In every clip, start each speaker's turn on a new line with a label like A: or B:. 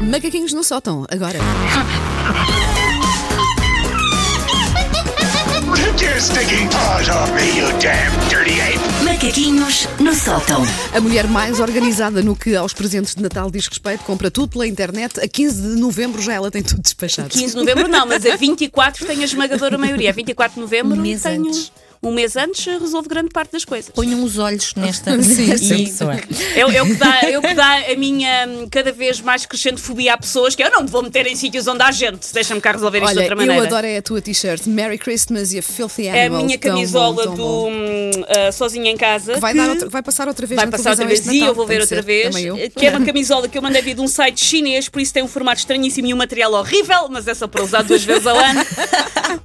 A: Macaquinhos no sótão, agora.
B: Take your stinking paws off me, you damn dirty ape!
C: Macaquinhos no sótão.
A: A mulher mais organizada no que aos presentes de Natal diz respeito, compra tudo pela internet. A 15 de novembro já ela tem tudo despachado.
D: 15 de novembro não, mas a 24 tenho a esmagadora maioria. A 24 de novembro
E: Um mês
D: tenho.
E: antes.
D: Um mês antes resolvo grande parte das coisas.
E: Ponham os olhos nesta, nesta pessoa.
D: É, o- é o que dá, é o que dá a minha hum, cada vez mais crescente fobia a pessoas que é, eu não me vou meter em sítios onde há gente. Deixa-me cá resolver isto de
A: Olha,
D: outra maneira. É
A: eu adoro é a tua t-shirt Merry Christmas e a Filthy
D: a
A: Animal.
D: minha
A: Tão bom,
D: camisola
A: tão
D: do
A: bom.
D: hum, ah, Sozinha em Casa.
A: Vai,
D: que
A: dar outra- vai passar outra vez
D: vai
A: na
D: passar outra
A: televisão
D: vez
A: este
D: e eu
A: Natal,
D: vou
A: tem
D: ver
A: que
D: outra
A: ser,
D: vez.
A: Também eu.
D: Que é uma camisola que eu mandei vir de um site chinês, por isso tem um formato estranhíssimo e um material horrível, mas é só para usar duas vezes ao ano.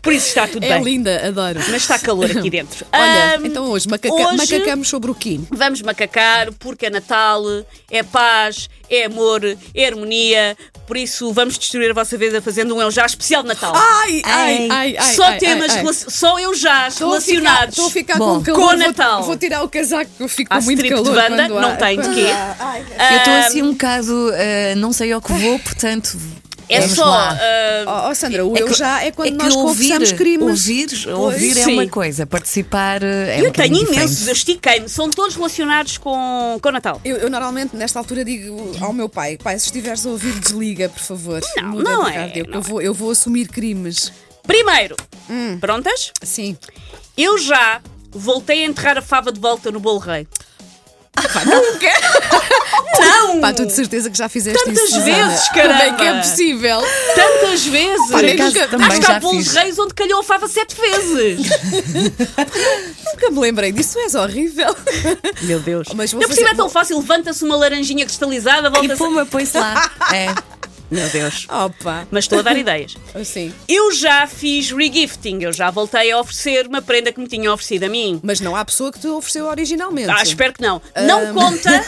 D: Por isso está tudo
A: É
D: bem.
A: linda, adoro.
D: Mas está calor aqui dentro.
A: Olha,
D: Ahm,
A: então hoje, macaca
D: hoje
A: macacamos sobre o quê?
D: Vamos macacar porque é Natal, é paz, é amor, é harmonia. Por isso, vamos destruir a vossa vida fazendo um Eu Já especial de Natal.
A: Ai, ai,
E: Ei,
A: Ah, ai, ai.
D: só
A: ai,
D: temas,
A: ai, ai.
D: relacion- só Eu Já
A: Estou a ficar-
D: relacionados.
A: Estou a ficar
E: Bom,
A: com calor.
D: com o
A: vou-
D: Natal.
A: Vou, tirar o casaco, eu fico
D: Há
A: com muito
D: strip
A: calor.
D: de banda,
A: quando há- Ah,
D: não tem de
A: quando
D: quê.
A: há- ai,
E: Eu estou assim um bocado, ah, não sei ao que vou, portanto.
D: É
E: vamos
D: só.
E: lá.
D: ah,
A: Ó ó, Sandra, o
E: É
A: eu
E: que-
A: já é quando
E: que
A: nós confessamos crimes.
E: Ouvir, ouvir é
D: Sim.
E: uma coisa, participar eh, é um
D: eu tenho
E: bocadinho
D: imensos, eu
E: diferente.
D: estiquei-me. São todos relacionados com, com o Natal.
A: Eu, eu normalmente, nesta altura, digo ao meu pai: pai, se estiveres a ouvir, desliga, por favor.
D: Não,
A: Muda
D: não
A: de
D: é,
A: rádio, que
D: não
A: eu, vou, eu vou assumir crimes.
D: Primeiro,
A: Hum.
D: prontas?
A: Sim.
D: Eu já voltei a enterrar a fava de volta no bolo rei. não!
A: Pá, tu de certeza que já fizeste
D: Tantas
A: isso.
D: vezes,
A: Susana. Como é que é
D: caramba!
A: possível?
D: Tantas vezes!
A: Por acaso,
D: Nunca-
A: também
D: Acho que há
E: já
D: bolos
E: fiz.
D: reis onde calhou a fava sete vezes!
A: Nunca me lembrei disso, és horrível.
D: Meu Deus!
A: Mas vou
D: não percebo,
A: fazer-
D: é tão fácil. Levanta-se uma laranjinha cristalizada,
E: E
D: volta-se...
E: puma, põe-se lá. É.
D: Meu Deus!
A: Opa!
D: Mas estou a dar ideias.
A: Sim.
D: Eu já fiz regifting. Eu já voltei a oferecer uma prenda que me tinham oferecido a mim.
A: Mas não há pessoa que te ofereceu originalmente.
D: Ah, espero que não. Não conta,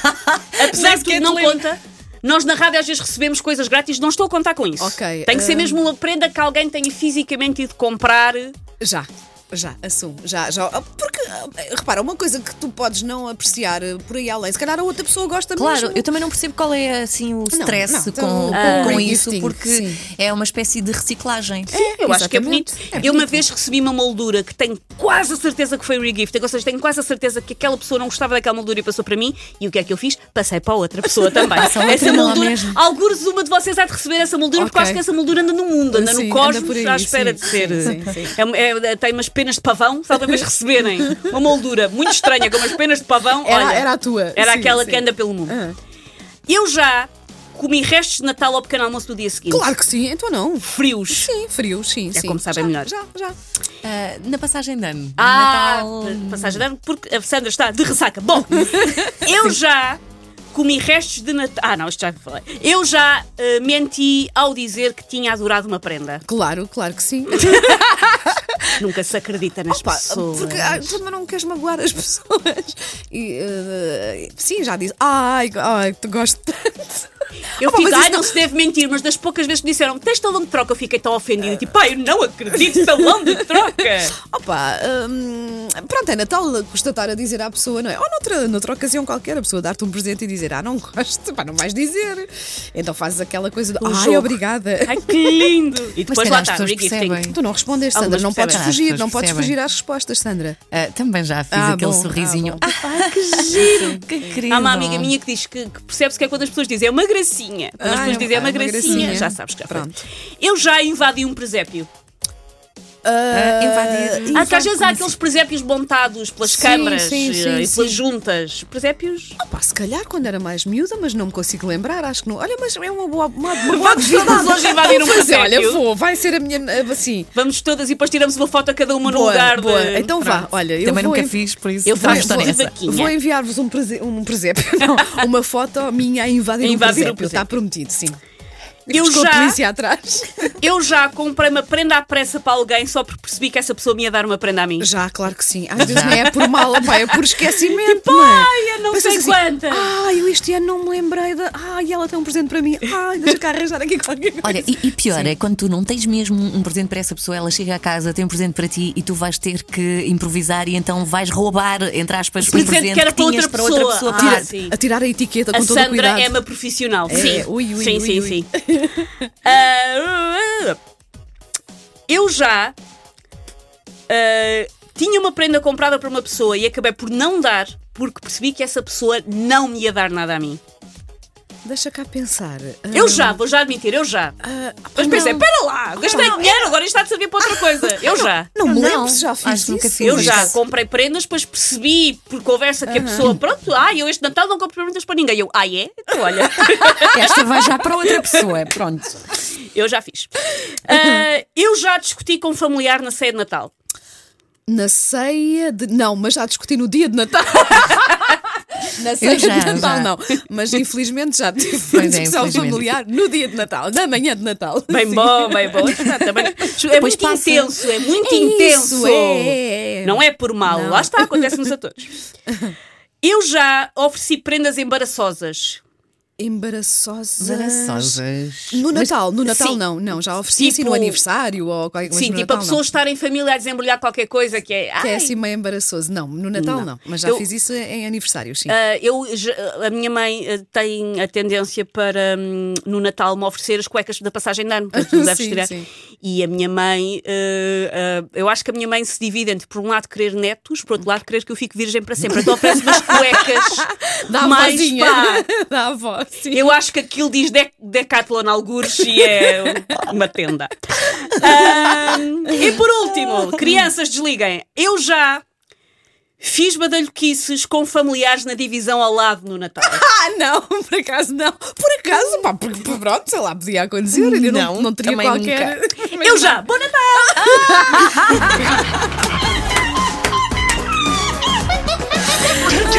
D: apesar de tudo, não conta. Nós na rádio às vezes recebemos coisas grátis, não estou a contar com isso.
A: Ok,
D: Tem que ser
A: hum.
D: mesmo uma prenda que alguém tenha fisicamente ido comprar.
A: Já. Já, assumo, já, já. Porque, ah, repara, uma coisa que tu podes não apreciar ah, por aí além, se calhar a outra pessoa gosta
E: Claro,
A: mesmo.
E: eu também não percebo qual é assim o
A: não,
E: stress
A: então,
E: com,
A: ah,
E: com
A: regifting,
E: isso, porque
A: sim.
E: é uma espécie de reciclagem.
D: Eu acho que é bonito.
A: exatamente.
D: Eu uma vez recebi uma moldura que tenho quase a certeza que foi regifting, ou seja, tenho quase a certeza que aquela pessoa não gostava daquela moldura e passou para mim. E o que é que eu fiz? Passei para outra pessoa também.
E: outra,
D: essa
E: não há
D: moldura,
E: mesmo.
D: algures uma de vocês há de receber essa moldura, porque
A: Ok.
D: acho que essa moldura anda no mundo, anda
A: Sim,
D: no
A: anda
D: cosmos,
A: por aí,
D: à espera
A: sim,
D: de ser.
A: sim, sim, sim.
D: É um- é- tem umas penas de pavão, se alguma vez receberem uma moldura muito estranha com umas penas de pavão,
A: Era-
D: olha,
A: era a tua.
D: Era
A: Sim,
D: aquela
A: sim.
D: que anda pelo mundo.
A: Ah.
D: Eu já comi restos de Natal ao pequeno almoço do dia seguinte.
A: Claro que sim, então não.
D: Frios.
A: Sim, frio, sim,
D: É
A: sim.
D: como sabem
A: já,
D: melhor.
A: Já, já.
E: Ah, na passagem de ano.
D: Ah,
E: Natal.
D: passagem de ano, porque a Sandra está de ressaca. Bom, eu já comi restos de Natal. Ah, não, isto já falei. Eu já eh, menti ao dizer que tinha adorado uma prenda.
A: Claro, claro que sim.
D: Nunca se acredita nas
A: Pá,
D: pessoas.
A: porque ah, também não queres magoar as pessoas. E, eh, sim, já disse. Ai, ai, tu gosto tanto.
D: Eu
A: Ah, pá,
D: fico,
A: mas
D: ai,
A: isso
D: não
A: não-
D: se deve mentir, mas das poucas vezes que disseram tens talão de troca, eu fiquei tão ofendida. Tipo, pai, eu não acredito, talão de troca.
A: Opa, hum, pronto, é Natal, custa estar a dizer à pessoa, não é? Ou noutra, noutra ocasião qualquer, a pessoa dar-te um presente e dizer, ah, não gosto, pá, não vais dizer. Então fazes aquela coisa de, ai,
D: jogo.
A: obrigada.
D: Ai, que lindo. E
E: Mas
D: depois
E: calhar
D: lá
E: as
D: está,
E: pessoas
D: regifting.
E: percebem.
A: Tu não respondes, Sandra,
D: Algumas
A: não podes
E: percebem.
A: fugir,
E: Ah,
A: não
E: as pessoas
A: podes
E: percebem.
A: fugir às respostas, Sandra.
E: Ah, também já fiz
A: Ah,
E: aquele
A: bom, ah,
E: sorrisinho.
A: bom. Ah,
E: Ai, que giro, que querido.
D: Há uma amiga minha que diz que, que percebe-se que é quando as pessoas dizem é uma gracinha. Quando
A: Ah,
D: as pessoas
A: é-
D: dizem é
A: ah,
D: uma, gracinha, já sabes que já foi. Eu já invadi um presépio.
A: Ah,
E: invadir.
D: Há, que às vezes há aqueles presépios montados pelas
A: assim? Sim,
D: câmaras
A: sim,
D: eh,
A: sim,
D: e
A: sim.
D: pelas juntas. Presépios.
A: Pá, se calhar quando era mais miúda, mas não me consigo lembrar, acho que não. Olha, mas é uma boa. Uma, uma boa
D: Vamos todas hoje invadir um
A: Vou fazer, olha,
D: presépio.
A: vou, vai ser a minha. Assim.
D: Vamos todas e depois tiramos uma foto a cada uma no
A: boa,
D: lugar. de-
A: boa. Então vá,
D: Pronto.
A: olha, eu
E: Também
A: vou
E: nunca
A: envi-
E: fiz, por isso
D: Eu
E: também
D: faço
E: estou
D: de
E: nessa.
D: vaquinha.
A: Vou enviar-vos um, prese... um presépio, não, uma foto minha a invadir,
D: A invadir
A: um
D: um
A: presépio. Está
D: presépio.
A: prometido, sim.
D: Eu
A: Ficou
D: já-
A: a polícia atrás.
D: Eu já comprei uma prenda à pressa para alguém só porque percebi que essa pessoa me ia dar uma prenda a mim.
A: Já, claro que sim. Às vezes não é por mala, pá, é por esquecimento. Tipo,
D: ai, eu não sei quantas.
A: Ah, eu este ano não me lembrei da. Ai, ela tem um presente para mim. Ai, deixa cá arranjar aqui qualquer coisa.
E: Olha, e, e pior é quando tu não tens mesmo um presente para essa pessoa, ela chega a casa, tem um presente para ti e tu vais ter que improvisar e então vais roubar, entre aspas, o
D: presente
E: presente
D: que era para
E: tinhas
D: outra
E: para outra
D: pessoa.
E: pessoa.
D: Ah,
E: Tira-
D: sim.
A: A tirar a etiqueta
D: A
A: com todo o cuidado.
D: Sandra é uma profissional.
A: É,
D: Sim,
A: ui, ui,
D: sim,
A: ui,
D: sim.
A: ui.
D: sim. Ah, eu já ah, tinha uma prenda comprada para uma pessoa e acabei por não dar porque percebi que essa pessoa não me ia dar nada a mim.
A: Deixa cá pensar.
D: Eu já, vou já admitir, eu já.
A: Hum. Ah, pá,
D: Mas pensei,
A: não. Ah,
D: pera lá, gastei
A: não, Ah,
D: dinheiro, agora isto está a servir para outra coisa. Eu já.
A: Não me
E: Eu
A: lembro
E: não.
A: se já fiz
E: Acho que nunca
A: isso.
E: fiz.
D: Eu
E: Sim.
D: já comprei prendas, depois percebi por conversa que a pessoa, pronto, ah, eu este Natal não compro prendas para ninguém. Eu, ah, é? Então olha,
E: Esta vai já para outra pessoa, pronto.
D: eu já fiz. Ah, eu já discuti com um familiar na ceia de Natal.
A: Na ceia de. Não, mas já discuti no dia de Natal. Na ceia
E: já,
A: de Natal,
E: já.
A: não. Mas infelizmente já tive
E: Pois
A: uma
E: é,
A: discussão
E: infelizmente.
A: familiar no dia de Natal, na manhã de Natal.
D: Bem
A: Sim.
D: bom, bem bom. Está também- É muito
E: passa.
D: intenso, é muito
A: É
D: intenso.
A: isso, é, é, é.
D: Não é por mal,
A: Não.
D: lá está, acontece-nos a todos. Eu já ofereci prendas embaraçosas.
A: Embaraçosas.
E: Embaraçosas.
A: No Natal, no Natal
D: sim.
A: não, não, já ofereci assim
D: Tipo-
A: no aniversário ou qualquer coisa.
D: Sim,
A: no
D: tipo
A: Natal,
D: a pessoa
A: não.
D: estar em família a desembrulhar qualquer coisa que é.
A: Que
D: "Ai,
A: é assim meio embaraçoso. Não, no Natal não,
D: Não.
A: mas já
D: Eu-
A: fiz isso em aniversário, sim.
D: Ah, eu, já- a minha mãe ah, tem a tendência para hum, no Natal me oferecer as cuecas da passagem de ano, portanto, tu deves
A: Sim,
D: tirar.
A: sim.
D: E a minha mãe, ah, ah, eu acho que a minha mãe se divide entre, por um lado, querer netos, por outro lado, querer que eu fique virgem para sempre. Então oferece umas cuecas.
A: Dá a
D: mais
A: vozinha.
D: pá.
A: Dá a voz, sim.
D: Eu acho que aquilo diz dec Decathlon algures e é uma tenda. Ahm, e por último, crianças, desliguem. Eu já fiz badalhoquices com familiares na divisão ao lado no Natal.
A: Ah, não, por acaso não. Por acaso, pá, porque pronto, sei lá, podia acontecer. Eu não, não,
E: Não,
A: teria
E: também
A: qualquer.
D: Eu já, bom Natal!
B: Take